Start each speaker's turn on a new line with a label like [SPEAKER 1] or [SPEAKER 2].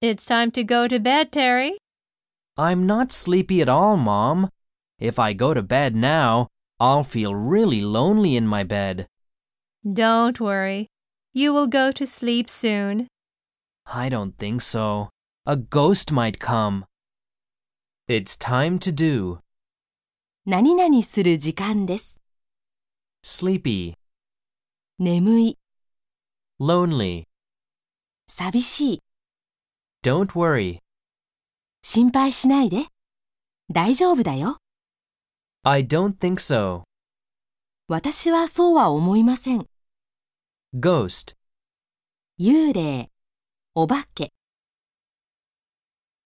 [SPEAKER 1] It's time to go to bed, Terry.
[SPEAKER 2] I'm not sleepy at all, Mom. If I go to bed now, I'll feel really lonely in my bed.
[SPEAKER 1] Don't worry. You will go to sleep soon.
[SPEAKER 2] I don't think so. A ghost might come. It's time to do.
[SPEAKER 3] 何々する時間です。
[SPEAKER 2] Sleepy,
[SPEAKER 3] 眠い、
[SPEAKER 2] lonely.
[SPEAKER 3] 寂しい、
[SPEAKER 2] Don't worry.
[SPEAKER 3] 心配しないで。大丈夫だよ。
[SPEAKER 2] I don't think so.
[SPEAKER 3] 私はそうは思いません。
[SPEAKER 2] Ghost,
[SPEAKER 3] 幽霊、お化け、